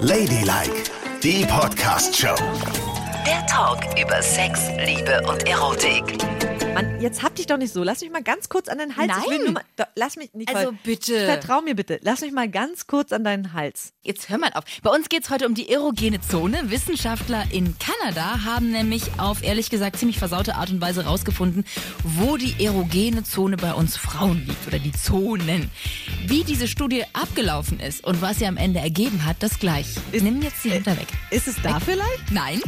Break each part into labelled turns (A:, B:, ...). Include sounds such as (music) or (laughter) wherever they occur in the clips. A: Ladylike, die Podcast-Show.
B: Der Talk über Sex, Liebe und Erotik.
C: Mann, jetzt hab dich doch nicht so. Lass mich mal ganz kurz an deinen Hals. Ich will
D: Nein.
C: nur mal, da, lass mich, Nicole,
D: Also bitte.
C: Vertrau mir bitte. Lass mich mal ganz kurz an deinen Hals.
D: Jetzt hör mal auf. Bei uns geht's heute um die erogene Zone. Wissenschaftler in Kanada haben nämlich auf ehrlich gesagt ziemlich versaute Art und Weise rausgefunden, wo die erogene Zone bei uns Frauen liegt oder die Zonen. Wie diese Studie abgelaufen ist und was sie am Ende ergeben hat, das gleich. Wir nehmen jetzt die Hände weg.
C: Ist es da vielleicht?
D: Nein.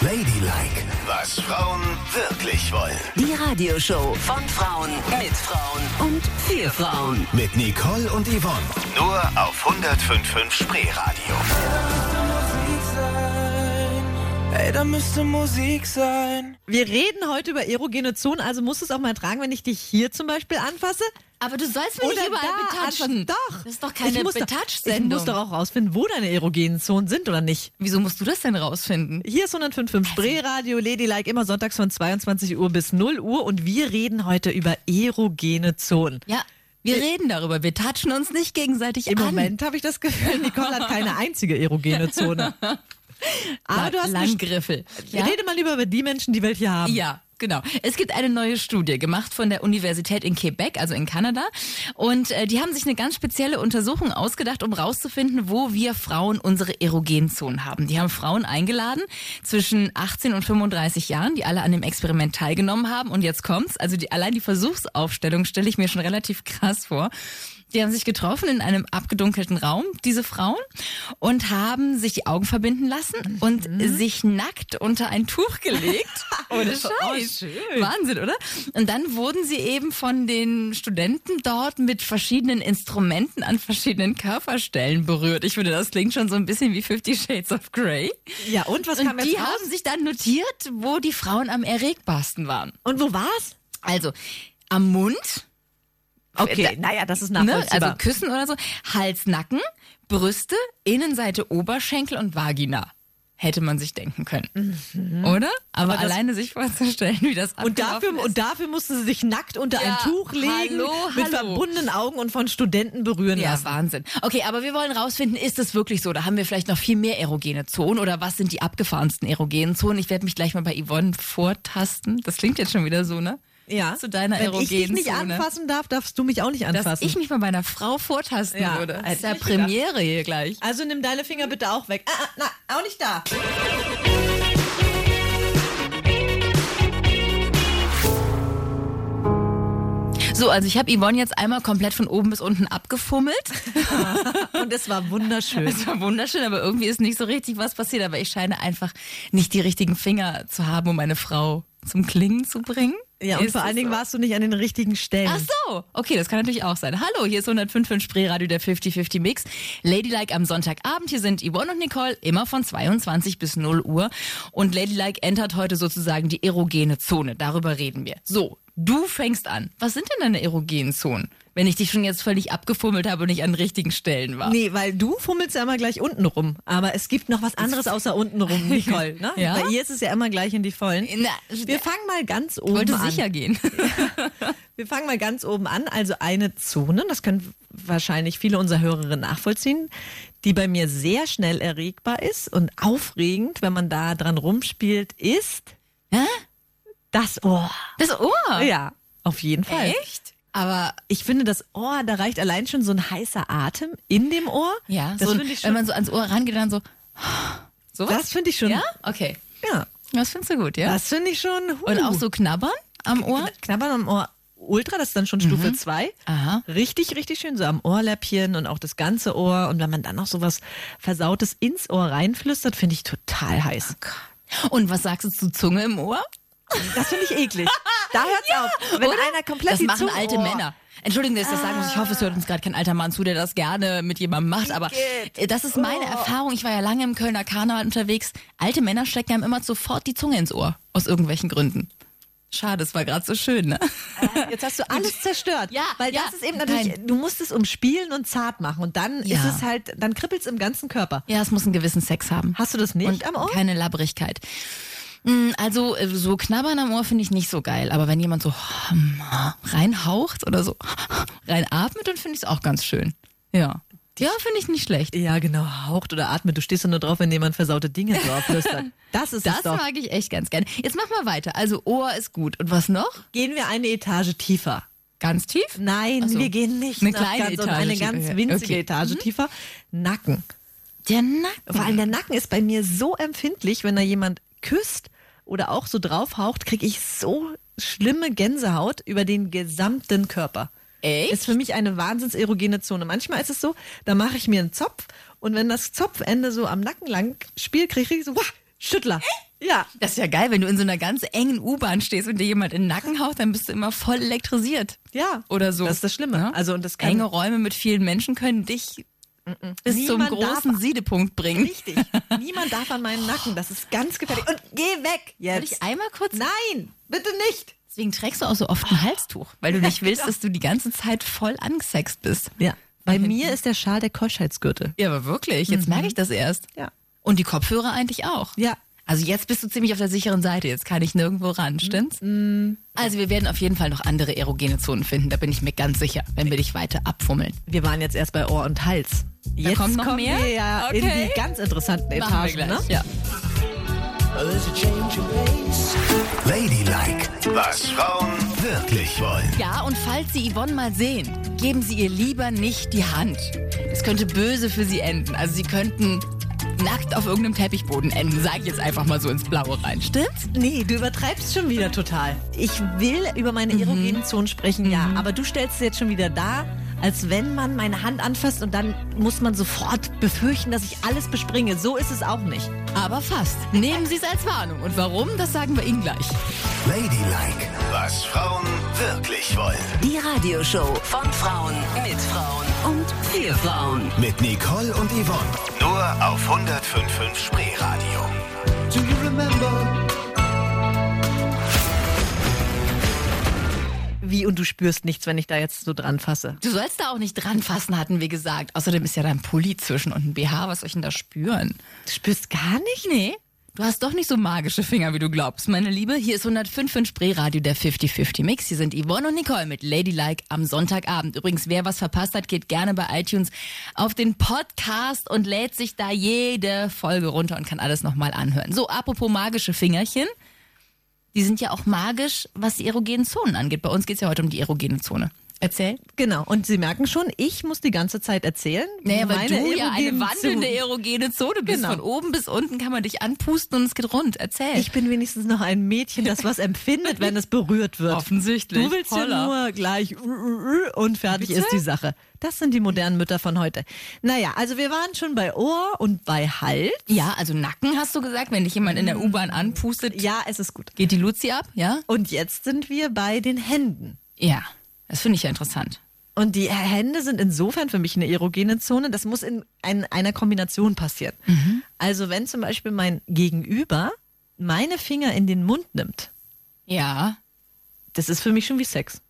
A: Ladylike, was Frauen wirklich wollen.
B: Die Radioshow von Frauen mit Frauen und für Frauen.
A: Mit Nicole und Yvonne. Nur auf 105.5 Spreeradio.
E: Ey, da müsste Musik sein.
C: Wir reden heute über erogene Zonen, also musst du es auch mal tragen, wenn ich dich hier zum Beispiel anfasse.
D: Aber du sollst mich
C: Oder
D: nicht überall
C: da
D: betatschen.
C: anfassen. Doch.
D: Das ist doch keine
C: Ich muss doch- Ich
D: Betatsch-Sendung.
C: muss doch auch rausfinden, wo deine erogenen Zonen sind oder nicht.
D: Wieso musst du das denn rausfinden?
C: Hier ist 105.5
D: Also-
C: Spreeradio, Ladylike, immer sonntags von 22 Uhr bis 0 Uhr und wir reden heute über erogene Zonen.
D: Ja, wir reden darüber. Wir tatschen uns nicht gegenseitig
C: Äh, Im
D: an.
C: Moment habe ich das Gefühl, Nicole hat
D: (laughs)
C: keine einzige erogene Zone. Aber du hast eine
D: Langgriffel. Ja?
C: Rede mal lieber über die Menschen, die welche haben.
D: Ja, genau. Es gibt eine neue Studie, gemacht von der Universität in Quebec, also in Kanada. Und äh, die haben sich eine ganz spezielle Untersuchung ausgedacht, um rauszufinden, wo wir Frauen unsere Erogenzonen haben. Die haben Frauen eingeladen zwischen 18 und 35 Jahren, die alle an dem Experiment teilgenommen haben. Und jetzt kommt's. Also die, allein die Versuchsaufstellung stelle ich mir schon relativ krass vor. Die haben sich getroffen in einem abgedunkelten Raum, diese Frauen, und haben sich die Augen verbinden lassen und sich nackt unter ein Tuch gelegt. Ohne
C: Oh,
D: Scheiß. Wahnsinn, oder? Und dann wurden sie eben von den Studenten dort mit verschiedenen Instrumenten an verschiedenen Körperstellen berührt. Ich finde, das klingt schon so ein bisschen wie Fifty Shades of Grey.
C: Ja, und was kam
D: Und
C: jetzt
D: die
C: raus?
D: haben sich dann notiert, wo die Frauen am erregbarsten waren.
C: Und wo war's?
D: Also am Mund,
C: Okay, naja, das ist
D: ne?
C: nachvollziehbar.
D: also Küssen oder so, Hals, Nacken, Brüste, Innenseite, Oberschenkel und Vagina. Hätte man sich denken können. Oder? Aber,
C: Mhm. das-
D: alleine sich vorzustellen, wie das
C: und
D: abgelaufen
C: dafür,
D: ist.
C: und dafür musste sie sich nackt unter
D: Ja,
C: ein Tuch legen,
D: hallo,
C: mit
D: hallo.
C: verbundenen Augen und von Studenten berühren
D: Ja,
C: lassen.
D: Wahnsinn. Okay, aber wir wollen rausfinden, ist es wirklich so? Da haben wir vielleicht noch viel mehr erogene Zonen oder was sind die abgefahrensten erogenen Zonen? Ich werde mich gleich mal bei Yvonne vortasten. Das klingt jetzt schon wieder so, ne?
C: Ja.
D: Zu deiner
C: Wenn ich dich
D: erogenen
C: nicht
D: Zone.
C: anfassen darf, darfst du mich auch nicht
D: Dass
C: anfassen.
D: ich mich mal bei einer Frau vortasten
C: Ja,
D: würde.
C: hätte
D: Das ist ja
C: ich nicht gedacht.
D: Premiere hier gleich.
C: also nimm deine Finger bitte auch weg. Ah, ah, na, auch nicht da.
D: So, also ich habe Yvonne jetzt einmal komplett von oben bis unten abgefummelt. (laughs)
C: Und es war wunderschön.
D: Das war wunderschön, aber irgendwie ist nicht so richtig was passiert. Aber ich scheine einfach nicht die richtigen Finger zu haben, um meine Frau zum Klingen zu bringen.
C: Ja, und
D: Ist
C: vor
D: es
C: allen Dingen
D: so?
C: warst du nicht an den richtigen Stellen.
D: Ach so, okay, das kann natürlich auch sein. Hallo, hier ist 105 von Spreeradio, der 50-50 Mix. Ladylike am Sonntagabend. Hier sind Yvonne und Nicole immer von 22 bis 0 Uhr. Und Ladylike entert heute sozusagen die erogene Zone. Darüber reden wir. So, du fängst an. Was sind denn deine erogenen Zonen? Wenn ich dich schon jetzt völlig abgefummelt habe und nicht an den richtigen Stellen war.
C: Nee, weil du fummelst ja immer gleich unten rum. Aber es gibt noch was anderes außer
D: (laughs)
C: unten rum, Nicole. Ne?
D: Ja?
C: Bei ihr ist es ja immer gleich in die Vollen.
D: Na,
C: Wir fangen mal ganz oben
D: wollte
C: an.
D: sicher gehen.
C: Wir fangen mal ganz oben an. Also eine Zone, das können wahrscheinlich viele unserer Hörerinnen nachvollziehen, die bei mir sehr schnell erregbar ist und aufregend, wenn man da dran rumspielt, ist
D: Hä?
C: das Ohr.
D: Das Ohr.
C: Ja, auf jeden Fall.
D: Echt? Aber
C: Ich finde, das Ohr, da reicht allein schon so ein heißer Atem in dem Ohr.
D: ja,
C: das
D: so,
C: finde ich
D: wenn
C: schon.
D: man so ans Ohr rangeht, dann so. (gasps) Sowas?
C: das finde ich schon.
D: ja? Okay.
C: ja.
D: Das findest du gut, ja?
C: Das finde ich schon. Huh.
D: Und auch so knabbern am Ohr?
C: Knabbern am Ohr Ultra, das ist dann schon Stufe 2.
D: Mhm. Aha.
C: Richtig, richtig schön, so am Ohrläppchen und auch das ganze Ohr. Und wenn man dann noch so was Versautes ins Ohr reinflüstert, finde ich total
D: Oh
C: heiß.
D: Und was sagst du zu Zunge im Ohr?
C: Das finde ich
D: (laughs)
C: eklig. Da hört's auf. Wenn einer komplett
D: Das
C: die
D: machen
C: Zunge-
D: alte
C: Oh.
D: Männer. Entschuldigen, dass ich das sagen muss. Ich hoffe, es hört uns gerade kein alter Mann zu, der das gerne mit jemandem macht. Aber äh, das ist meine
C: Oh.
D: Erfahrung. Ich war ja lange im Kölner Karneval unterwegs. Alte Männer stecken einem immer sofort die Zunge ins Ohr. Aus irgendwelchen Gründen. Schade, es war gerade so schön, ne?
C: Jetzt hast
D: (laughs)
C: du alles zerstört.
D: Ja,
C: weil
D: ja.
C: das ist eben natürlich,
D: Nein.
C: du musst es umspielen und zart machen. Und dann
D: Ja.
C: ist es halt, dann kribbelt's im ganzen Körper.
D: Ja, es muss einen gewissen Sex haben.
C: Hast du das nicht
D: und
C: am Ohr?
D: Keine Labbrigkeit. Mm, Also äh, so knabbern am Ohr finde ich nicht so geil, aber wenn jemand so (laughs) reinhaucht oder so reinatmet, dann finde ich es auch ganz schön. Ja. Ja, finde ich nicht schlecht.
C: Ja, genau, haucht oder atmet. Du stehst ja nur drauf, wenn jemand versaute Dinge
D: (laughs)
C: so abflüstert. Das ist es
D: Das
C: doch.
D: mag ich echt ganz gern. Jetzt mach mal weiter. Also Ohr ist gut. Und was noch?
C: Gehen wir eine Etage tiefer.
D: Ganz tief?
C: Nein,
D: Ach so.
C: wir gehen nicht.
D: Eine
C: nach
D: kleine
C: ganz,
D: Etage
C: Eine
D: tiefer,
C: ganz
D: ja.
C: winzige
D: Okay. Mhm.
C: Etage tiefer. Nacken.
D: Der Nacken.
C: Vor allem der Nacken ist bei mir so empfindlich, wenn da jemand küsst oder auch so draufhaucht, kriege ich so schlimme Gänsehaut über den gesamten Körper.
D: Echt?
C: Ist für mich eine wahnsinnserogene Zone. Manchmal ist es so, da mache ich mir einen Zopf und wenn das Zopfende so am Nacken lang spielt, kriege ich so, wah, Schüttler. Ja.
D: Das ist ja geil, wenn du in so einer ganz engen U-Bahn stehst und dir jemand in den Nacken haut, dann bist du immer voll elektrisiert.
C: Ja.
D: Oder so.
C: Das ist das Schlimme.
D: Ja?
C: Also, und das kann-
D: Enge Räume mit vielen Menschen können dich bis zum
C: Niemand darf-
D: großen Siedepunkt bringen.
C: Richtig. Niemand darf an meinen Nacken. Das ist ganz gefährlich. Und geh weg
D: Soll
C: jetzt.
D: ich einmal kurz?
C: Nein, bitte nicht.
D: Deswegen trägst du auch so oft ein Halstuch, weil du
C: (laughs)
D: nicht willst, dass du die ganze Zeit voll angesext bist.
C: Ja. Bei mir ist der Schal der Keuschheitsgürtel.
D: Ja, aber wirklich, jetzt merke ich das erst.
C: Mhm. Ja.
D: Und die Kopfhörer eigentlich auch.
C: Ja.
D: Also jetzt bist du ziemlich auf der sicheren Seite, jetzt kann ich nirgendwo ran, stimmt's? Also wir werden auf jeden Fall noch andere erogene Zonen finden, da bin ich mir ganz sicher, wenn wir dich weiter abfummeln.
C: Wir waren jetzt erst bei Ohr und Hals. Jetzt
D: kommt noch
C: kommen
D: mehr?
C: wir ja in
D: Okay.
C: die ganz interessanten
D: Machen wir
C: Etagen. Ne?
D: gleich, ja.
A: Ladylike, was Frauen wirklich wollen.
D: ja, und falls Sie Yvonne mal sehen, geben Sie ihr lieber nicht die Hand. Es könnte böse für Sie enden. Also Sie könnten nackt auf irgendeinem Teppichboden enden, sage ich jetzt einfach mal so ins Blaue rein, stimmt's?
C: Nee, du übertreibst schon wieder total. Ich will über meine erogenen Zonen sprechen, ja. Aber du stellst es jetzt schon wieder dar, als wenn man meine Hand anfasst und dann muss man sofort befürchten, dass ich alles bespringe. So ist es auch nicht.
D: Aber fast. Nehmen Sie es als Warnung. Und warum, das sagen wir Ihnen gleich.
A: Ladylike, was Frauen wirklich wollen.
B: Die Radioshow von Frauen mit Frauen und für Frauen.
A: Mit Nicole und Yvonne. Nur auf 105.5 Spreeradio.
C: Wie und du spürst nichts, wenn ich da jetzt so dran fasse.
D: Du sollst da auch nicht dran fassen, hatten wir gesagt. Außerdem ist ja dein Pulli zwischen und ein BH. Was soll ich denn da spüren?
C: Du spürst gar nicht?
D: Nee. Du hast doch nicht so magische Finger, wie du glaubst, meine Liebe. Hier ist 105 in Spreeradio, der 50-50 Mix. Hier sind Yvonne und Nicole mit Ladylike am Sonntagabend. Übrigens, wer was verpasst hat, geht gerne bei iTunes auf den Podcast und lädt sich da jede Folge runter und kann alles nochmal anhören. So, apropos magische Fingerchen. Die sind ja auch magisch, was die erogenen Zonen angeht. Bei uns geht es ja heute um die erogene Zone. Erzähl.
C: Genau. Und sie merken schon, ich muss die ganze Zeit erzählen.
D: Naja, weil
C: meine
D: du ja eine
C: erogenen
D: wandelnde
C: Zonen.
D: erogene Zone bist.
C: Genau.
D: Von oben bis unten kann man dich anpusten und es geht rund. Erzähl.
C: Ich bin wenigstens noch ein Mädchen, das was empfindet, wenn es berührt wird.
D: Offensichtlich.
C: Du willst
D: Holla.
C: ja nur gleich uh, uh, uh, und fertig ist die Sache. Das sind die modernen Mütter von heute. Naja, also wir waren schon bei Ohr und bei Hals.
D: ja, also Nacken hast du gesagt, wenn dich jemand in der U-Bahn anpustet,
C: Ja, es ist gut.
D: geht die Luzi ab, ja?
C: Und jetzt sind wir bei den Händen.
D: Ja, das finde ich ja interessant.
C: Und die Hände sind insofern für mich eine erogene Zone. Das muss in ein, einer Kombination passieren.
D: Mhm.
C: Also wenn zum Beispiel mein Gegenüber meine Finger in den Mund nimmt,
D: Ja.
C: das ist für mich schon wie Sex.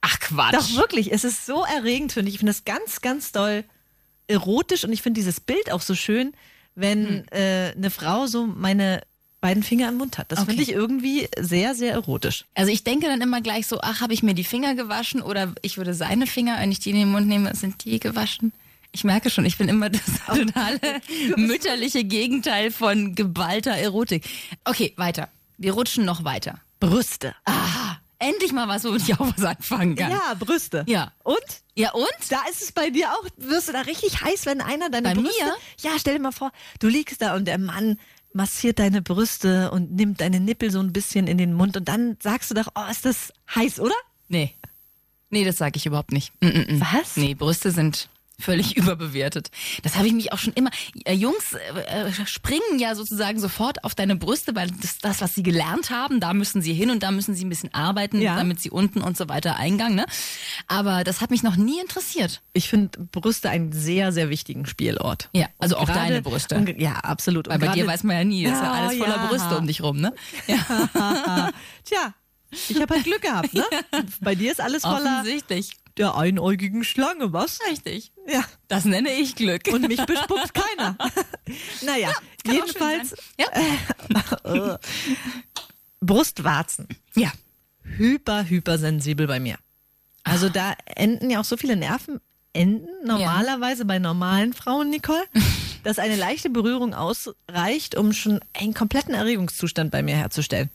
D: Ach Quatsch.
C: Doch wirklich, es ist so erregend, finde ich. Ich finde das ganz, ganz doll erotisch und ich finde dieses Bild auch so schön,
D: Mhm.
C: wenn äh, eine Frau so meine beiden Finger im Mund hat. Das finde
D: Okay.
C: ich irgendwie sehr, sehr erotisch.
D: Also ich denke dann immer gleich so, ach, habe ich mir die Finger gewaschen oder ich würde seine Finger, wenn ich die in den Mund nehme, sind die gewaschen? Ich merke schon, ich bin immer
C: (laughs)
D: das totale mütterliche Gegenteil von geballter Erotik. Okay, weiter. Wir rutschen noch weiter.
C: Brüste.
D: Endlich mal was, womit ich auch was anfangen kann.
C: Ja, Brüste.
D: Ja.
C: Und?
D: Ja, und?
C: Da ist es bei dir auch, wirst du da richtig heiß, wenn einer deine
D: Bei mir?
C: Brüste... Ja, stell dir mal vor, du liegst da und der Mann massiert deine Brüste und nimmt deine Nippel so ein bisschen in den Mund und dann sagst du doch, oh, ist das heiß, oder?
D: Nee. Nee, das sage ich überhaupt nicht. Mm -mm. mm.
C: Was?
D: Nee, Brüste sind völlig (laughs) überbewertet. Das habe ich mich auch schon immer. äh, Jungs äh, äh, springen ja sozusagen sofort auf deine Brüste, weil das, das, was sie gelernt haben, da müssen sie hin und da müssen sie ein bisschen arbeiten,
C: Ja.
D: damit sie unten und so weiter Eingang. Ne? Aber das hat mich noch nie interessiert.
C: Ich finde Brüste einen sehr, sehr wichtigen Spielort.
D: Ja, also
C: Und
D: auch deine Brüste.
C: und ge- ja, absolut. Und
D: Weil bei dir
C: gerade-
D: weiß man ja nie, ist ja
C: Oh,
D: alles voller
C: ja.
D: Brüste um dich rum, ne?
C: Tja, ich habe halt Glück
D: (laughs)
C: gehabt, ne? Bei dir ist alles voller
D: Offensichtlich.
C: der einäugigen Schlange, was?
D: Richtig.
C: Ja.
D: Das nenne ich Glück. (laughs)
C: Und mich bespuckt keiner. (laughs) naja,
D: Kann auch schön
C: jedenfalls
D: sein. Ja.
C: Brustwarzen.
D: ja.
C: Ah. Hyper, hypersensibel bei mir. Also da enden ja auch so viele Nerven enden, normalerweise bei normalen Frauen, (laughs) Nicole, dass eine leichte Berührung ausreicht, um schon einen kompletten Erregungszustand bei mir herzustellen.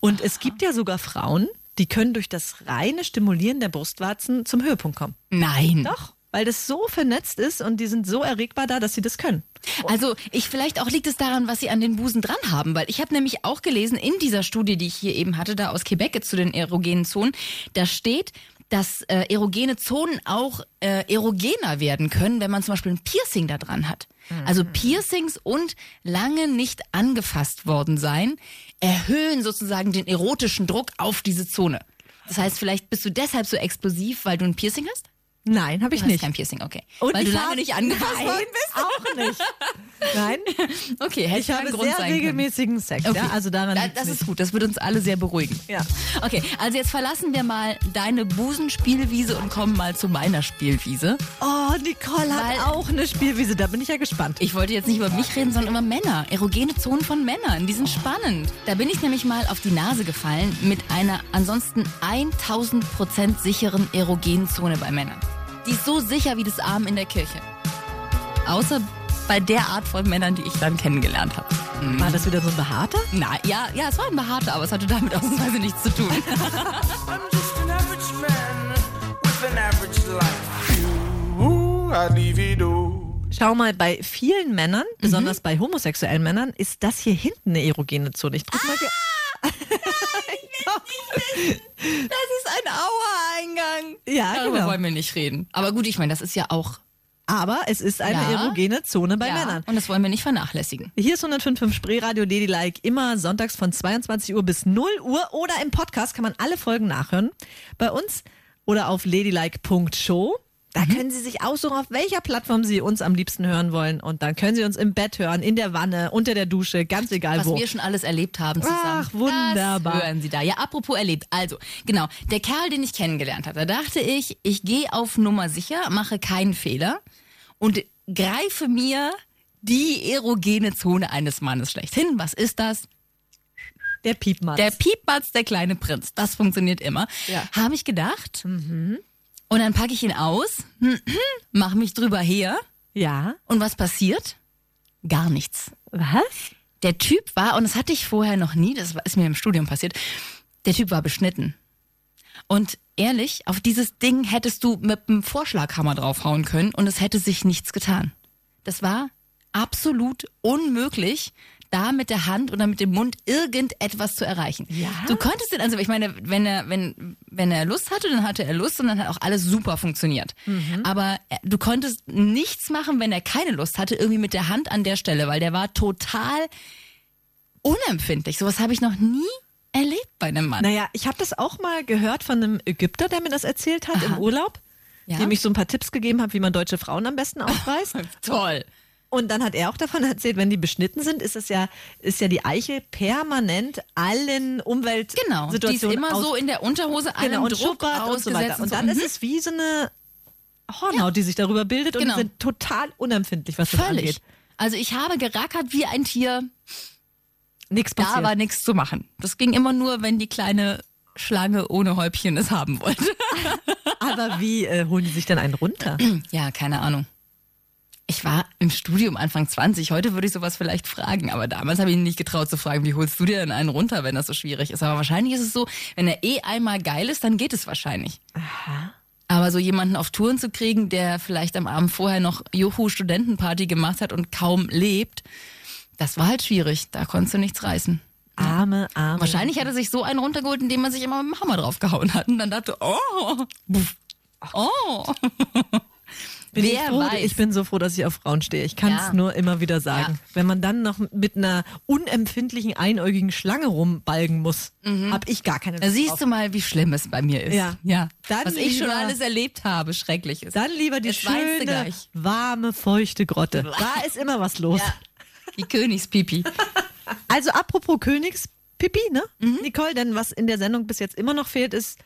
C: Und es gibt ja sogar Frauen, die können durch das reine Stimulieren der Brustwarzen zum Höhepunkt kommen.
D: Nein.
C: Doch, weil das so vernetzt ist und die sind so erregbar da, dass sie das können.
D: Also ich vielleicht auch liegt es daran, was sie an den Busen dran haben, weil ich habe nämlich auch gelesen in dieser Studie, die ich hier eben hatte, da aus Quebec jetzt zu den erogenen Zonen, da steht, dass äh, erogene Zonen auch äh, erogener werden können, wenn man zum Beispiel ein Piercing da dran hat.
C: Mhm.
D: Also Piercings und lange nicht angefasst worden sein erhöhen sozusagen den erotischen Druck auf diese Zone. Das heißt, vielleicht bist du deshalb so explosiv, weil du ein Piercing hast?
C: Nein, habe ich
D: Du hast
C: nicht.
D: kein Piercing, okay.
C: Und
D: weil
C: ich
D: du lange
C: hab-
D: nicht angefasst
C: (laughs) Nein,
D: worden bist?
C: Auch nicht. Nein,
D: Okay, hätte
C: ich habe
D: keinen Grund
C: sehr
D: sein können.
C: regelmäßigen Sex.
D: Okay.
C: Ja, also daran
D: Da,
C: liegt's
D: das
C: nicht.
D: ist gut, das wird uns alle sehr beruhigen.
C: Ja.
D: Okay, also jetzt verlassen wir mal deine Busenspielwiese und kommen mal zu meiner Spielwiese.
C: Oh, Nicole
D: Weil-
C: hat auch eine Spielwiese, da bin ich ja gespannt.
D: Ich wollte jetzt nicht über mich reden, sondern über Männer. Erogene Zonen von Männern, die sind spannend. Da bin ich nämlich mal auf die Nase gefallen mit einer ansonsten 1000% sicheren erogenen Zone bei Männern. Die ist so sicher wie das Arm in der Kirche. Außer bei der Art von Männern, die ich dann kennengelernt habe.
C: War das wieder so ein Behaarter?
D: Na, ja, ja, es war ein Behaarter, aber es hatte damit ausnahmsweise nichts zu tun.
E: I'm just an average man with an average life. You, I leave it all.
C: Schau mal, bei vielen Männern,
D: Mhm.
C: besonders bei homosexuellen Männern, ist das hier hinten eine erogene Zone. Ich drück
D: Ah!
C: mal hier.
D: Das ist ein Auereingang.
C: Ja,
D: Darüber
C: genau.
D: wollen wir nicht reden. Aber gut, ich meine, das ist ja auch
C: Aber es ist eine
D: Ja.
C: erogene Zone bei
D: ja,
C: Männern.
D: Und das wollen wir nicht vernachlässigen.
C: Hier ist 105.5 Spreeradio Ladylike, immer sonntags von 22 Uhr bis 0 Uhr oder im Podcast kann man alle Folgen nachhören. Bei uns oder auf ladylike.show. Da
D: Mhm.
C: können Sie sich aussuchen, auf welcher Plattform Sie uns am liebsten hören wollen. Und dann können Sie uns im Bett hören, in der Wanne, unter der Dusche, ganz egal
D: Was
C: wo.
D: wir schon alles erlebt haben zusammen.
C: Also. Ach, wunderbar.
D: Das hören Sie da. Ja, apropos erlebt. Also, genau, der Kerl, den ich kennengelernt habe, da dachte ich, ich gehe auf Nummer sicher, mache keinen Fehler und greife mir die erogene Zone eines Mannes schlechthin. Was ist das?
C: Der Piepmatz.
D: Der Piepmatz, der kleine Prinz. Das funktioniert immer.
C: Ja.
D: Habe ich gedacht. Mhm. Und dann packe ich ihn aus, mache mich drüber her.
C: ja.
D: Und was passiert? Gar nichts.
C: Was?
D: Der Typ war, und das hatte ich vorher noch nie, das war- ist mir im Studium passiert, der Typ war beschnitten. Und ehrlich, auf dieses Ding hättest du mit einem Vorschlaghammer draufhauen können und es hätte sich nichts getan. Das war absolut unmöglich, da mit der Hand oder mit dem Mund irgendetwas zu erreichen.
C: Ja?
D: Du konntest den, also ich meine, wenn er, wenn, wenn er Lust hatte, dann hatte er Lust und dann hat auch alles super funktioniert. Aber äh, du konntest nichts machen, wenn er keine Lust hatte, irgendwie mit der Hand an der Stelle, weil der war total unempfindlich. Sowas habe ich noch nie erlebt bei einem Mann.
C: Naja, ich habe das auch mal gehört von einem Ägypter, der mir das erzählt hat im Urlaub,
D: Ja.
C: dem ich so ein paar Tipps gegeben habe, wie man deutsche Frauen
D: (laughs)
C: am besten aufreißt.
D: Toll.
C: Und dann hat er auch davon (laughs) erzählt, wenn die beschnitten sind, ist es ja, ist ja die Eiche permanent allen
D: Genau.
C: Umweltsituationen
D: Die ist immer
C: aus,
D: so in der Unterhose allem
C: genau, und
D: Druck
C: Schuppert und so
D: ausgesetzt. Mhm.
C: weiter. Und dann ist es wie so eine Hornhaut, die sich darüber bildet
D: Genau.
C: und die sind total unempfindlich, was das
D: völlig.
C: angeht.
D: Also ich habe gerackert wie ein Tier.
C: Nichts
D: Da
C: passiert.
D: war nichts zu machen. Das ging immer nur, wenn die kleine Schlange ohne Häubchen es haben wollte.
C: Aber wie äh, holen die sich denn einen runter?
D: Ja, keine Ahnung. Ich war im Studium Anfang 20. Heute würde ich sowas vielleicht fragen, aber damals habe ich mich nicht getraut zu fragen, wie holst du dir denn einen runter, wenn das so schwierig ist. Aber wahrscheinlich ist es so, wenn er eh einmal geil ist, dann geht es wahrscheinlich. Aber so jemanden auf Touren zu kriegen, der vielleicht am Abend vorher noch Juhu Studentenparty gemacht hat und kaum lebt, das war halt schwierig. Da konntest du nichts reißen.
C: Arme, arme.
D: Wahrscheinlich hat er sich so einen runtergeholt, indem man sich immer mit dem Hammer draufgehauen hat und dann dachte, oh, buff, oh.
C: (laughs) Bin ich,
D: Wer
C: froh,
D: weiß.
C: ich bin so froh, dass ich auf Frauen stehe. Ich kann es
D: Ja.
C: nur immer wieder sagen. Wenn man dann noch mit einer unempfindlichen, einäugigen Schlange rumbalgen muss, habe ich gar keine
D: Mhm. Da
C: Lust
D: siehst
C: drauf.
D: du mal, wie schlimm es bei mir ist.
C: Ja.
D: ja.
C: Dann
D: Was ich schon
C: lieber-
D: alles erlebt habe, schrecklich ist.
C: Dann lieber die
D: Das weißt du
C: schöne,
D: gleich.
C: warme,
D: (laughs)
C: feuchte Grotte. Da ist immer was los.
D: Die Königspipi.
C: Also apropos Königspipi, ne?
D: Mhm.
C: Nicole, denn was in der Sendung bis jetzt immer noch fehlt, ist,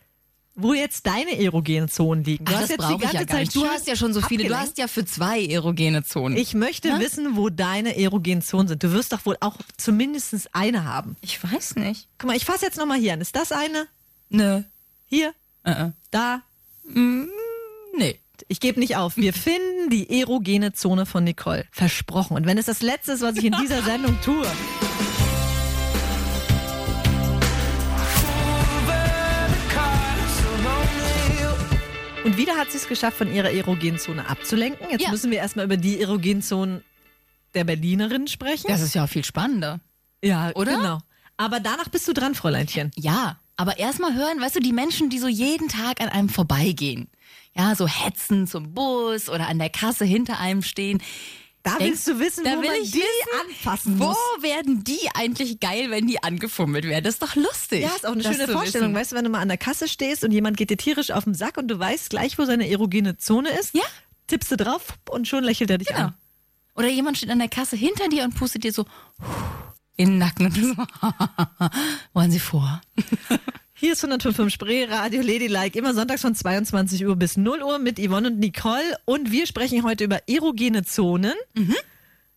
C: wo jetzt deine erogenen Zonen liegen. Du
D: Ach,
C: hast
D: das
C: jetzt die
D: brauche ich
C: ganze
D: ja gar
C: Zeit
D: nicht. Du
C: schön
D: hast ja schon so viele. Du
C: abgelenkt.
D: hast ja für zwei erogene Zonen.
C: ich möchte wissen, wo deine erogenen Zonen sind. Du wirst doch wohl auch zumindest eine haben.
D: ich weiß nicht.
C: Guck mal, ich fasse jetzt nochmal hier an. Ist das eine?
D: Nö.
C: Hier?
D: Äh, äh.
C: Da?
D: Nee.
C: nicht. Ich gebe nicht
D: (laughs)
C: auf. Wir finden die erogene Zone von Nicole. Versprochen. Und wenn es das Letzte ist, was ich in dieser Sendung tue. Und wieder hat sie es geschafft, von ihrer erogenen Zone abzulenken. Jetzt
D: Ja.
C: müssen wir erstmal über die erogenen Zonen der Berlinerin sprechen.
D: Das ist ja viel spannender.
C: ja,
D: oder?
C: Genau. Aber danach bist du dran, Fräuleinchen.
D: Ja, aber erstmal hören, weißt du, die Menschen, die so jeden Tag an einem vorbeigehen. Ja, so hetzen zum Bus oder an der Kasse hinter einem stehen.
C: Da
D: Denkst-
C: willst du wissen,
D: da
C: wo
D: will
C: man
D: ich
C: die
D: wissen,
C: anfassen
D: Wo
C: muss.
D: werden die eigentlich geil, wenn die angefummelt werden? Das ist doch lustig.
C: Ja, ist auch eine
D: das
C: schöne
D: zu
C: Vorstellung.
D: wissen.
C: Weißt du, wenn du mal an der Kasse stehst und jemand geht dir tierisch auf den Sack und du weißt gleich, wo seine erogene Zone ist,
D: Ja.
C: tippst du drauf und schon lächelt er dich
D: Genau.
C: an.
D: Oder jemand steht an der Kasse hinter dir und pustet dir so in den Nacken und du so, (laughs) wollen Sie vor?
C: Hier ist 105 Spree, Radio Ladylike, immer sonntags von 22 Uhr bis 0 Uhr mit Yvonne und Nicole. Und wir sprechen heute über erogene Zonen.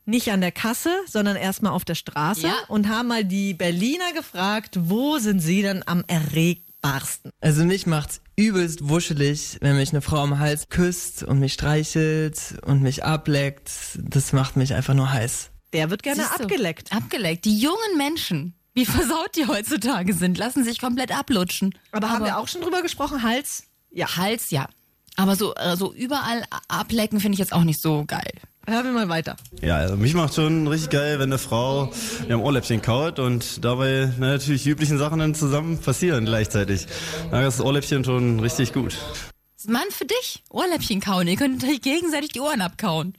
C: Nicht an der Kasse, sondern erstmal auf der Straße.
D: Ja.
C: Und haben mal die Berliner gefragt, wo sind sie denn am erregbarsten?
F: Also mich macht's übelst wuschelig, wenn mich eine Frau am Hals küsst und mich streichelt und mich ableckt. Das macht mich einfach nur heiß.
C: Der wird gerne
D: Siehst du?
C: abgeleckt.
D: Abgeleckt. Die jungen Menschen, wie versaut die heutzutage sind, lassen sich komplett ablutschen.
C: Aber, haben wir auch schon drüber gesprochen, Hals? Ja.
D: Hals ja. Aber so, äh, so überall a- ablecken finde ich jetzt auch nicht so geil.
C: Hören wir mal weiter.
G: Ja, also mich macht schon richtig geil, wenn eine Frau ihrem Ohrläppchen kaut und dabei na, natürlich die üblichen Sachen dann zusammen passieren gleichzeitig. Da ist das Ohrläppchen schon richtig gut.
D: Mann für dich, Ohrläppchen kauen. Ihr könnt euch gegenseitig die Ohren abkauen.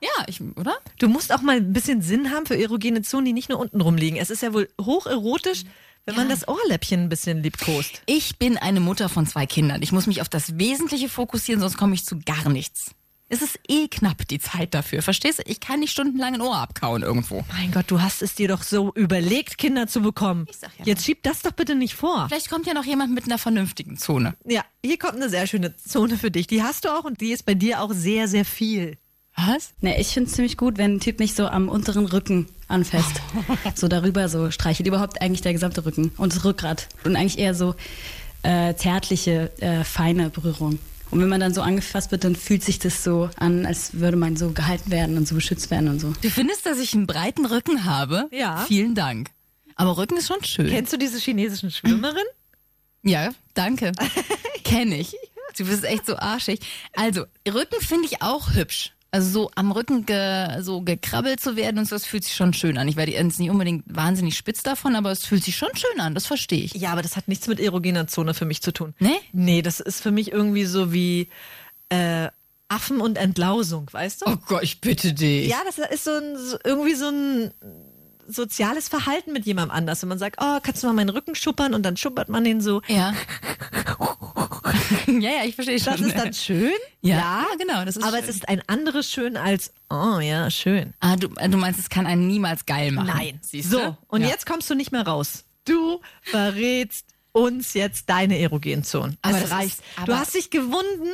D: ja, ich, oder?
C: Du musst auch mal ein bisschen Sinn haben für erogene Zonen, die nicht nur unten rumliegen. Es ist ja wohl hocherotisch, wenn man das Ohrläppchen ein bisschen liebkost.
D: Ich bin eine Mutter von zwei Kindern. Ich muss mich auf das Wesentliche fokussieren, sonst komme ich zu gar nichts. Es ist eh knapp die Zeit dafür. Verstehst du? Ich kann nicht stundenlang ein Ohr abkauen irgendwo.
C: Mein Gott, du hast es dir doch so überlegt, Kinder zu bekommen.
D: Ich sag ja
C: Jetzt schieb das doch bitte nicht vor.
D: Vielleicht kommt ja noch jemand mit einer vernünftigen Zone.
C: Ja, hier kommt eine sehr schöne Zone für dich. Die hast du auch und die ist bei dir auch sehr, sehr viel.
D: Was?
H: Ne, ich find's ziemlich gut, wenn ein Typ mich so am unteren Rücken anfasst. so darüber so streichelt. Überhaupt eigentlich der gesamte Rücken und das Rückgrat. Und eigentlich eher so äh, zärtliche, äh, feine Berührung. Und wenn man dann so angefasst wird, dann fühlt sich das so an, als würde man so gehalten werden und so beschützt werden und so.
D: Du findest, dass ich einen breiten Rücken habe?
C: Ja.
D: Vielen Dank. Aber Rücken ist schon schön.
C: Kennst du diese chinesischen Schwimmerin?
D: Ja,
C: (laughs)
D: danke. Kenn ich. Du bist echt so arschig. Also, Rücken finde ich auch hübsch. Also so am Rücken ge, so gekrabbelt zu werden und so, das fühlt sich schon schön an. Ich werde jetzt nicht unbedingt wahnsinnig spitz davon, aber es fühlt sich schon schön an, das verstehe ich.
C: (clears throat) Ja, aber das hat nichts mit erogener Zone für mich zu tun.
D: Nee?
C: Nee, das ist für mich irgendwie so wie äh, Affen und Entlausung, weißt du?
D: Oh Gott, ich bitte dich.
C: Ja, das ist so ein, so irgendwie so ein soziales Verhalten mit jemandem anders. Wenn man sagt, oh, kannst du mal meinen Rücken schuppern und dann schuppert man den so. (laughs)
D: Ja. ja, ja, ich verstehe schon.
C: Das ist dann schön,
D: ja, genau, das ist
C: aber
D: schön.
C: es ist ein anderes Schön als, oh ja, schön.
D: Ah, du, du meinst, es kann einen niemals geil machen. Siehst du?
C: So, und
D: Ja.
C: jetzt kommst du nicht mehr raus. Du verrätst uns jetzt deine erogenen Zonen.
D: Aber
C: es
D: das
C: reicht.
D: ist- aber-
C: du hast dich gewunden.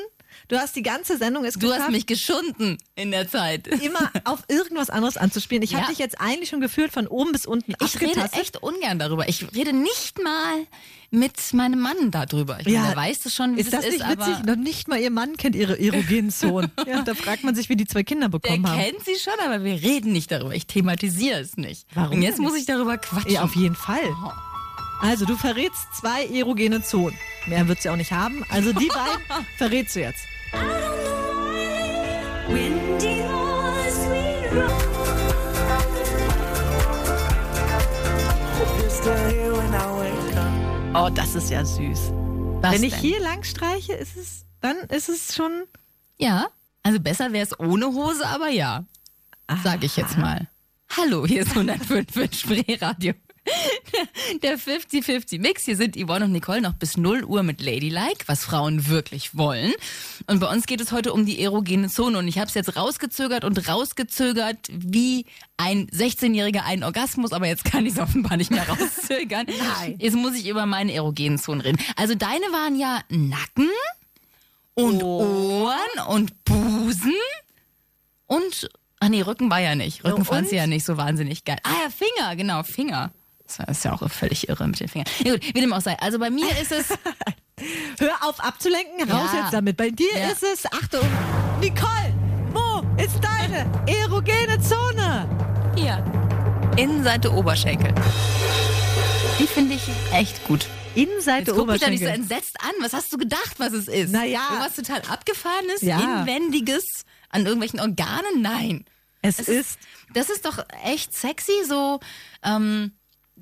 C: Du hast die ganze Sendung es
D: Du
C: geschafft.
D: hast mich (laughs) geschunden in der Zeit.
C: immer auf irgendwas anderes anzuspielen. Ich hab
D: Ja.
C: habe dich jetzt eigentlich schon geführt von oben bis unten
D: Ich rede
C: abgetastet.
D: echt ungern darüber. Ich rede nicht mal mit meinem Mann darüber. Ich meine, er weiß es schon, wie
C: ist
D: das,
C: das nicht
D: ist, aber
C: witzig? Noch nicht mal ihr Mann kennt ihre
D: (laughs)
C: erogenen Zonen. ja, da fragt man sich, wie die zwei Kinder
D: der
C: bekommen haben.
D: kennt sie schon, aber wir reden nicht darüber. Ich thematisiere es nicht.
C: Warum
D: Und jetzt
C: denn
D: muss ich darüber quatschen.
C: Ja, auf jeden Fall. Also, du verrätst zwei erogene Zonen. Mehr wird sie auch nicht haben. Also, (laughs) die beiden verrätst du jetzt. Oh, das ist ja süß.
D: Was
C: Wenn ich
D: denn?
C: hier lang streiche, ist es, dann ist es schon.
D: Ja, also besser wäre es ohne Hose, aber ja. Sag ich jetzt mal. Hallo, hier ist 105 Spreeradio. Der 50-50 Mix. Hier sind Yvonne und Nicole noch bis 0 Uhr mit Ladylike, was Frauen wirklich wollen. Und bei uns geht es heute um die erogene Zone. Und ich habe es jetzt rausgezögert und rausgezögert, wie ein 16-Jähriger einen Orgasmus, aber jetzt kann ich es offenbar nicht mehr rauszögern. Nein. Jetzt muss ich über meine erogenen Zonen reden. Also deine waren ja Nacken und
C: Oh.
D: Ohren und Busen und ach nee, Rücken war ja nicht. Rücken fand sie ja nicht so wahnsinnig geil. Ah ja, Finger,
C: (laughs)
D: genau, Finger. Das ist ja auch völlig irre mit den Fingern. Ja, gut, wie dem auch sei. Also bei mir ist es
C: Hör auf abzulenken, raus
D: Ja.
C: jetzt damit. Bei dir
D: Ja.
C: ist es, Achtung, Nicole, wo ist deine erogene Zone?
D: Hier. Innenseite Oberschenkel. Die finde ich echt gut.
C: Innenseite
D: Jetzt guck mich da nicht so
C: Oberschenkel.
D: entsetzt an. Was hast du gedacht, was es ist?
C: Na ja.
D: Irgendwas total Abgefahrenes,
C: Ja.
D: Inwendiges an irgendwelchen Organen? Nein.
C: es ist
D: Das ist doch echt sexy, so, ähm,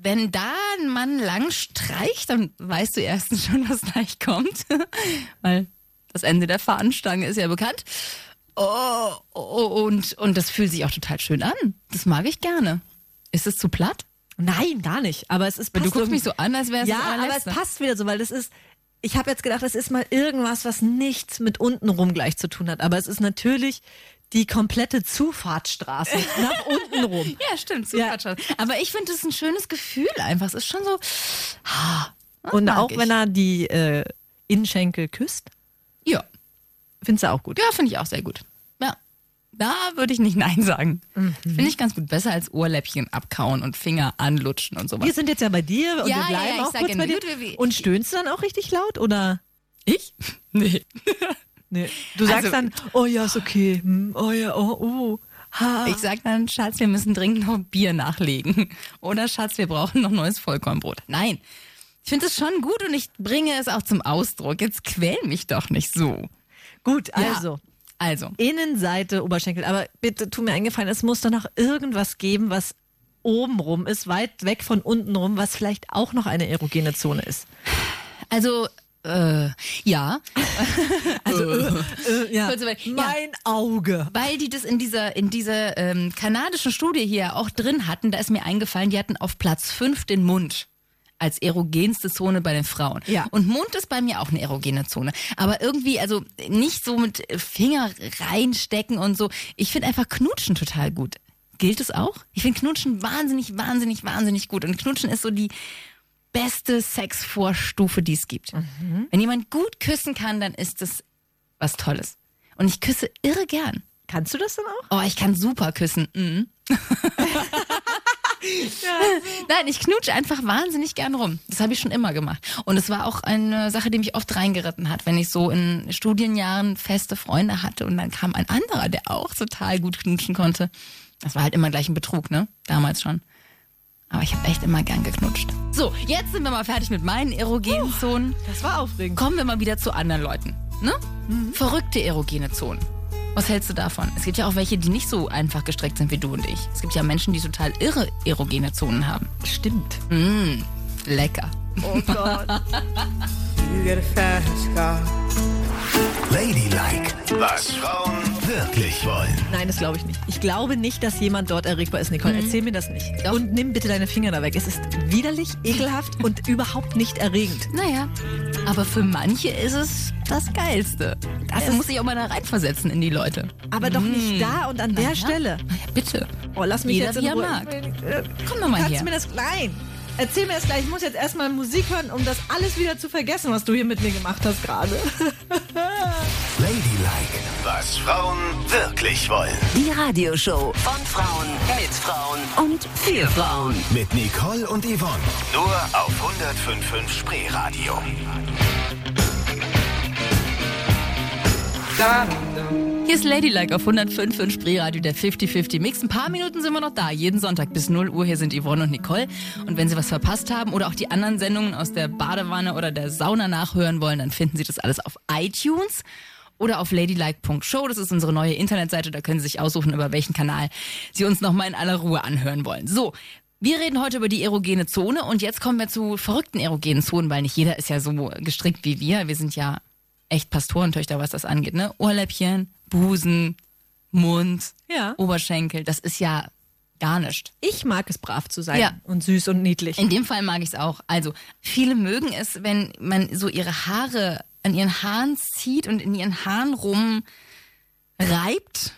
D: wenn da ein Mann lang streicht, dann weißt du erstens schon, was gleich kommt. (laughs) Weil das Ende der Fahnenstange ist ja bekannt. Oh, oh, und, und das fühlt sich auch total schön an. Das mag ich gerne. Ist es zu platt?
C: Nein, gar nicht. Aber es ist.
D: Weil du
C: passt
D: guckst
C: irgend-
D: mich so an, als wär's
C: Ja,
D: das
C: aber es
D: allerletzte.
C: passt wieder so, weil das ist. Ich habe jetzt gedacht, das ist mal irgendwas, was nichts mit untenrum gleich zu tun hat. Aber es ist natürlich die komplette
D: (laughs)
C: Zufahrtsstraße nach untenrum.
D: Ja, stimmt,
C: Ja.
D: super schon. Aber ich finde es ein schönes Gefühl einfach. Es ist schon so. ah, das
C: Und
D: mag
C: auch
D: ich.
C: wenn er die äh, Innenschenkel küsst,
D: Ja,
C: findest du auch gut.
D: ja finde ich auch sehr gut. Ja. Da würde ich nicht Nein sagen.
C: Mhm.
D: Finde ich ganz gut. Besser als Ohrläppchen abkauen und Finger anlutschen und sowas.
C: Wir sind jetzt ja bei dir und
D: Ja,
C: wir bleiben
D: ja, ja, ich
C: auch
D: sag
C: kurz
D: ja
C: bei
D: nur,
C: dir.
D: wie-
C: Und stöhnst du dann auch richtig laut oder?
D: Ich? (laughs) Nee.
C: Nee. Du sagst
D: Also-
C: dann, oh ja, ist okay. Hm, oh ja, oh, oh. Ha.
D: Ich sag dann, Schatz, wir müssen dringend noch Bier nachlegen. Oder Schatz, wir brauchen noch neues Vollkornbrot. Nein. Ich finde es schon gut und ich bringe es auch zum Ausdruck. Jetzt quäl mich doch nicht so.
C: Gut,
D: Ja.
C: also.
D: Also.
C: Innenseite Oberschenkel. Aber bitte tu mir eingefallen, es muss doch noch irgendwas geben, was oben rum ist, weit weg von unten rum, was vielleicht auch noch eine erogene Zone ist.
D: Also, äh, ja. (laughs)
C: Äh, ja.
D: Kurz überlegen. Ja.
C: Mein Auge.
D: Weil die das in dieser, in dieser ähm, kanadischen Studie hier auch drin hatten, da ist mir eingefallen, die hatten auf Platz 5 den Mund als erogenste Zone bei den Frauen.
C: Ja.
D: Und Mund ist bei mir auch eine erogene Zone. Aber irgendwie, also nicht so mit Finger reinstecken und so. Ich finde einfach Knutschen total gut. Gilt es auch? Ich finde Knutschen wahnsinnig, wahnsinnig, wahnsinnig gut. Und Knutschen ist so die beste Sexvorstufe, die es gibt. Wenn jemand gut küssen kann, dann ist das was Tolles. Und ich küsse irre gern.
C: Kannst du das dann auch?
D: Oh, ich kann super küssen. Mhm. Nein, ich knutsche einfach wahnsinnig gern rum. Das habe ich schon immer gemacht. Und es war auch eine Sache, die mich oft reingeritten hat, wenn ich so in Studienjahren feste Freunde hatte und dann kam ein anderer, der auch total gut knutschen konnte. Das war halt immer gleich ein Betrug, ne? Damals schon. Aber ich habe echt immer gern geknutscht. So, jetzt sind wir mal fertig mit meinen erogenen Zonen.
C: Das war aufregend.
D: Kommen wir mal wieder zu anderen Leuten. Ne? Verrückte erogene Zonen. Was hältst du davon? Es gibt ja auch welche, die nicht so einfach gestreckt sind wie du und ich. Es gibt ja Menschen, die total irre erogene Zonen haben.
C: Stimmt.
D: Lecker.
E: You get a fast car.
A: Ladylike, was Frauen wirklich wollen.
C: Nein, das glaube ich nicht. Ich glaube nicht, dass jemand dort erregbar ist, Nicole. Erzähl mir das nicht.
D: Doch.
C: Und nimm bitte deine Finger da weg. Es ist widerlich, ekelhaft und überhaupt nicht erregend.
D: Naja, aber für manche ist es das Geilste. Das muss ich auch mal da reinversetzen in die Leute.
C: Aber doch nicht da und an der Stelle.
D: Ja, bitte.
C: Oh, lass mich
D: Jeder,
C: jetzt in
D: wie er
C: Ruhe.
D: mag.
C: Äh,
D: Komm doch mal
C: Kannst
D: her.
C: du mir das Nein. Erzähl mir das gleich. Ich muss jetzt erstmal Musik hören, um das alles wieder zu vergessen, was du hier mit mir gemacht hast gerade. (laughs)
A: Ladylike, was Frauen wirklich wollen.
B: Die Radioshow von Frauen mit Frauen und für Frauen.
A: Mit Nicole und Yvonne. Nur auf 105.5 Spreeradio.
D: Hier ist Ladylike auf 105 in Spreeradio, der 50-50 Mix. Ein paar Minuten sind wir noch da. Jeden Sonntag bis 0 Uhr. Hier sind Yvonne und Nicole. Und wenn Sie was verpasst haben oder auch die anderen Sendungen aus der Badewanne oder der Sauna nachhören wollen, dann finden Sie das alles auf iTunes oder auf ladylike.show. Das ist unsere neue Internetseite. Da können Sie sich aussuchen, über welchen Kanal Sie uns nochmal in aller Ruhe anhören wollen. So. Wir reden heute über die erogene Zone und jetzt kommen wir zu verrückten erogenen Zonen, weil nicht jeder ist ja so gestrickt wie wir. Wir sind ja echt Pastorentöchter, was das angeht, ne? Ohrläppchen, Busen, Mund,
C: Ja.
D: Oberschenkel, das ist ja gar nicht.
C: Ich mag es brav zu sein
D: Ja.
C: und süß und niedlich.
D: In dem Fall mag ich es auch. Also, viele mögen es, wenn man so ihre Haare an ihren Haaren zieht und in ihren Haaren rum reibt.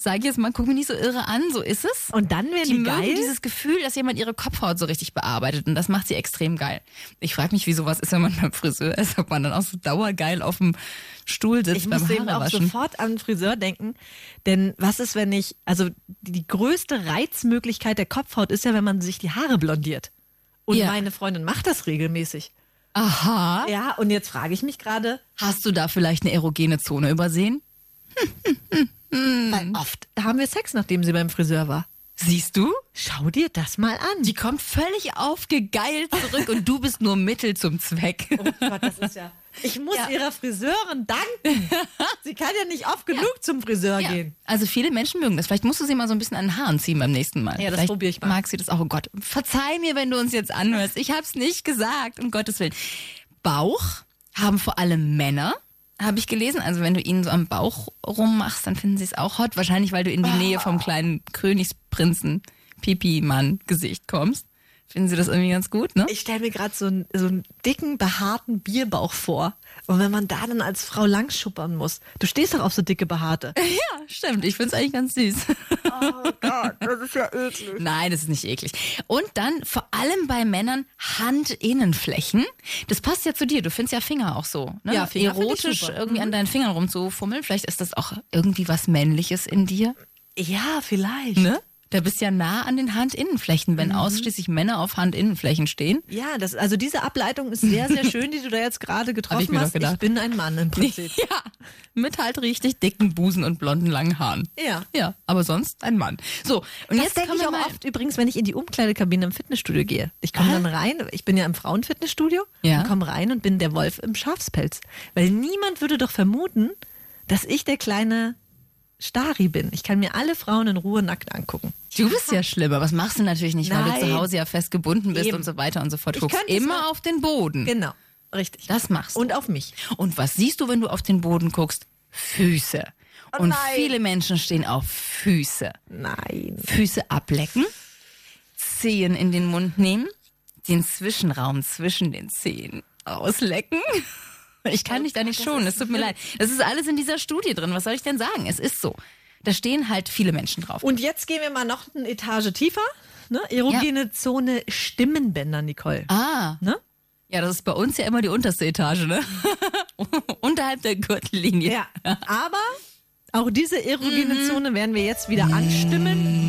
D: Sag ich jetzt mal, guck mich nicht so irre an, so ist es.
C: Und dann werden
D: die
C: die,
D: mögen
C: geil.
D: dieses Gefühl, dass jemand ihre Kopfhaut so richtig bearbeitet und das macht sie extrem geil. Ich frage mich, wie sowas ist, wenn man beim Friseur ist, ob man dann auch so dauergeil auf dem Stuhl sitzt
C: ich
D: beim
C: muss eben auch
D: Haarewaschen.
C: sofort an den Friseur denken, denn was ist, wenn ich, also die größte Reizmöglichkeit der Kopfhaut ist ja, wenn man sich die Haare blondiert. Und
D: Ja.
C: meine Freundin macht das regelmäßig.
D: Aha.
C: Ja, und jetzt frage ich mich gerade,
D: Hast du da vielleicht eine erogene Zone übersehen? Hm.
C: weil oft haben wir Sex, nachdem sie beim Friseur war.
D: Siehst du?
C: Schau dir das mal an.
D: Die kommt völlig aufgegeilt zurück und du bist nur Mittel zum (laughs) Zweck.
C: (laughs) Gott, das ist ja. Ich muss
D: Ja.
C: ihrer
D: (laughs)
C: Friseurin danken. Sie kann ja nicht oft genug zum Friseur
D: Ja.
C: gehen.
D: Also viele Menschen mögen das. Vielleicht musst du sie mal so ein bisschen an den Haaren ziehen beim nächsten Mal.
C: Ja, das
D: Vielleicht
C: probier ich mal.
D: Mag sie das auch. Oh Gott, verzeih mir, wenn du uns jetzt anhörst. Ich hab's nicht gesagt, um Gottes Willen. Bauch haben vor allem Männer, habe ich gelesen. Also wenn du ihnen so am Bauch rummachst, dann finden sie es auch hot. Wahrscheinlich, weil du in die Nähe vom kleinen Königsprinzen Pipi-Mann-Gesicht kommst. Finden sie das irgendwie ganz gut, ne?
C: Ich stelle mir gerade so, einen- so einen dicken, behaarten Bierbauch vor. Und wenn man da dann als Frau langschuppern muss, du stehst doch auf so dicke
D: (laughs)
C: Behaarte.
D: Ja, stimmt. Ich find's eigentlich ganz süß. Oh Gott, das ist ja eklig. Nein, das ist nicht eklig. Und dann vor allem bei Männern Handinnenflächen. Das passt ja zu dir. Du findest ja Finger auch so. Ne?
C: Ja, Finger find ich
D: Erotisch
C: super. Mhm.
D: irgendwie an deinen Fingern rumzufummeln. Vielleicht ist das auch irgendwie was Männliches in dir.
C: Ja, vielleicht.
D: Ne? Da bist ja nah an den Handinnenflächen,
C: Mhm.
D: wenn ausschließlich Männer auf Handinnenflächen
C: (laughs)
D: stehen.
C: Ja, das, also diese Ableitung ist
D: (laughs)
C: sehr, sehr schön, die du da jetzt gerade getroffen
D: ich mir doch
C: hast. Ich
D: gedacht.
C: bin ein Mann im Prinzip.
D: Ja, mit halt richtig dicken Busen und blonden langen Haaren.
C: Ja.
D: Ja, aber sonst ein Mann. So, und
C: Das
D: jetzt
C: denke
D: kommen
C: ich
D: wir
C: auch
D: mal
C: oft übrigens, wenn ich in die Umkleidekabine im Fitnessstudio gehe. Ich komme dann rein, ich bin ja im Frauenfitnessstudio
D: Ja.
C: und komme rein und bin der Wolf im Schafspelz. Weil niemand würde doch vermuten, dass ich der kleine Stari bin. Ich kann mir alle Frauen in Ruhe nackt angucken.
D: Du bist ja schlimmer. Was machst du natürlich nicht, weil
C: Nein.
D: du zu Hause ja festgebunden bist
C: Eben.
D: und so weiter und so fort.
C: Ich
D: Guckst
C: könnte es
D: immer
C: auch-
D: auf den Boden.
C: Genau, richtig.
D: Das machst du.
C: Und auf mich.
D: Und was siehst du, wenn du auf den Boden guckst? Füße.
C: Oh
D: Und viele Menschen stehen auf Füße.
C: Nein.
D: Füße ablecken, Zehen in den Mund nehmen, den Zwischenraum zwischen den Zehen auslecken. Ich
C: Oh
D: kann dich da nicht schonen, es tut mir leid. Das ist alles in dieser Studie drin. Was soll ich denn sagen? Es ist so. Da stehen halt viele Menschen drauf.
C: Und jetzt gehen wir mal noch eine Etage tiefer. Ne? Erogene Zone Stimmenbänder, Nicole.
D: Ah.
C: Ne?
D: Ja, das ist bei uns ja immer die unterste Etage, ne? (laughs) Unterhalb der Gürtellinie.
C: Ja. Aber auch diese erogene
D: Mhm.
C: Zone werden wir jetzt wieder anstimmen.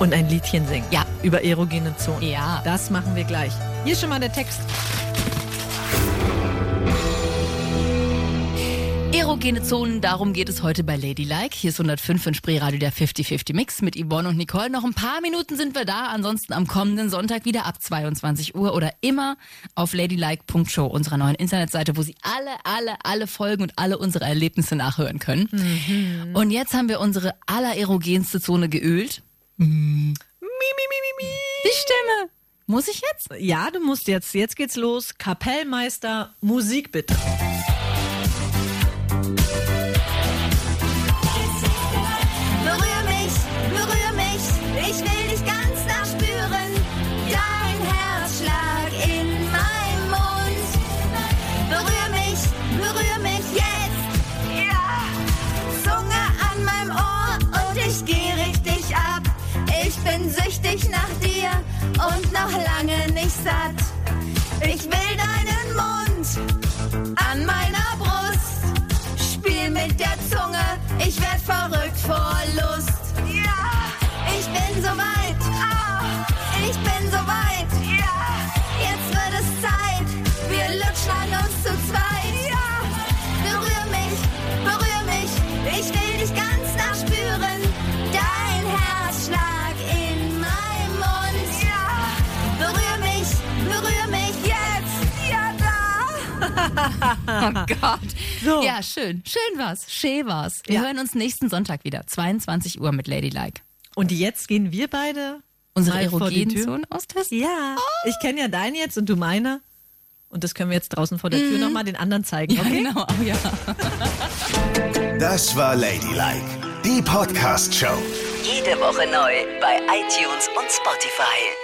C: Und ein Liedchen singen.
D: Ja.
C: Über erogene Zonen.
D: Ja.
C: Das machen wir gleich. Hier schon mal der Text.
D: Erogene Zonen, darum geht es heute bei Ladylike. Hier ist 105 in Spreeradio der 50-50 Mix mit Yvonne und Nicole. Noch ein paar Minuten sind wir da. Ansonsten am kommenden Sonntag wieder ab 22 Uhr oder immer auf ladylike.show, unserer neuen Internetseite, wo Sie alle, alle, alle Folgen und alle unsere Erlebnisse nachhören können. Und jetzt haben wir unsere allererogenste Zone geölt. Die Stimme. Muss ich jetzt?
C: Ja, du musst jetzt. Jetzt geht's los. Kapellmeister, Musik bitte.
I: Berühr mich, berühr mich, ich will dich ganz nachspüren. Dein Herzschlag in meinem Mund. Berühr mich, berühr mich jetzt. Ja. Zunge an meinem Ohr und ich geh richtig ab. Ich bin süchtig nach dir und noch lange nicht satt. Ich will deinen Mund an meiner Brust. Spiel mit der Zunge, ich werd verrückt vor Lust. Ja, ich bin soweit. Ah, ich bin soweit. Ja, jetzt wird es Zeit. Wir lutschen an uns zu zweit. Ja, berühr mich, berühr mich. Ich will dich ganz nachspüren. Dein Herzschlag in meinem Mund. Ja, berühr mich, berühr mich jetzt. Ja, da.
D: Oh
C: (laughs)
D: Gott.
C: So.
D: Ja, schön. Schön war's. Schön war's. Wir
C: Ja.
D: hören uns nächsten Sonntag wieder. 22 Uhr mit Ladylike.
C: Und jetzt gehen wir beide
D: Unsere
C: mal vor die Tür.
D: Erogenzone austesten?
C: Ja. Ich kenne ja deinen jetzt und du meine. Und das können wir jetzt draußen vor der Tür noch nochmal den anderen zeigen. Okay.
D: Genau, oh Mhm. ja.
A: Das war Ladylike, die Podcast-Show.
B: Jede Woche neu bei iTunes und Spotify.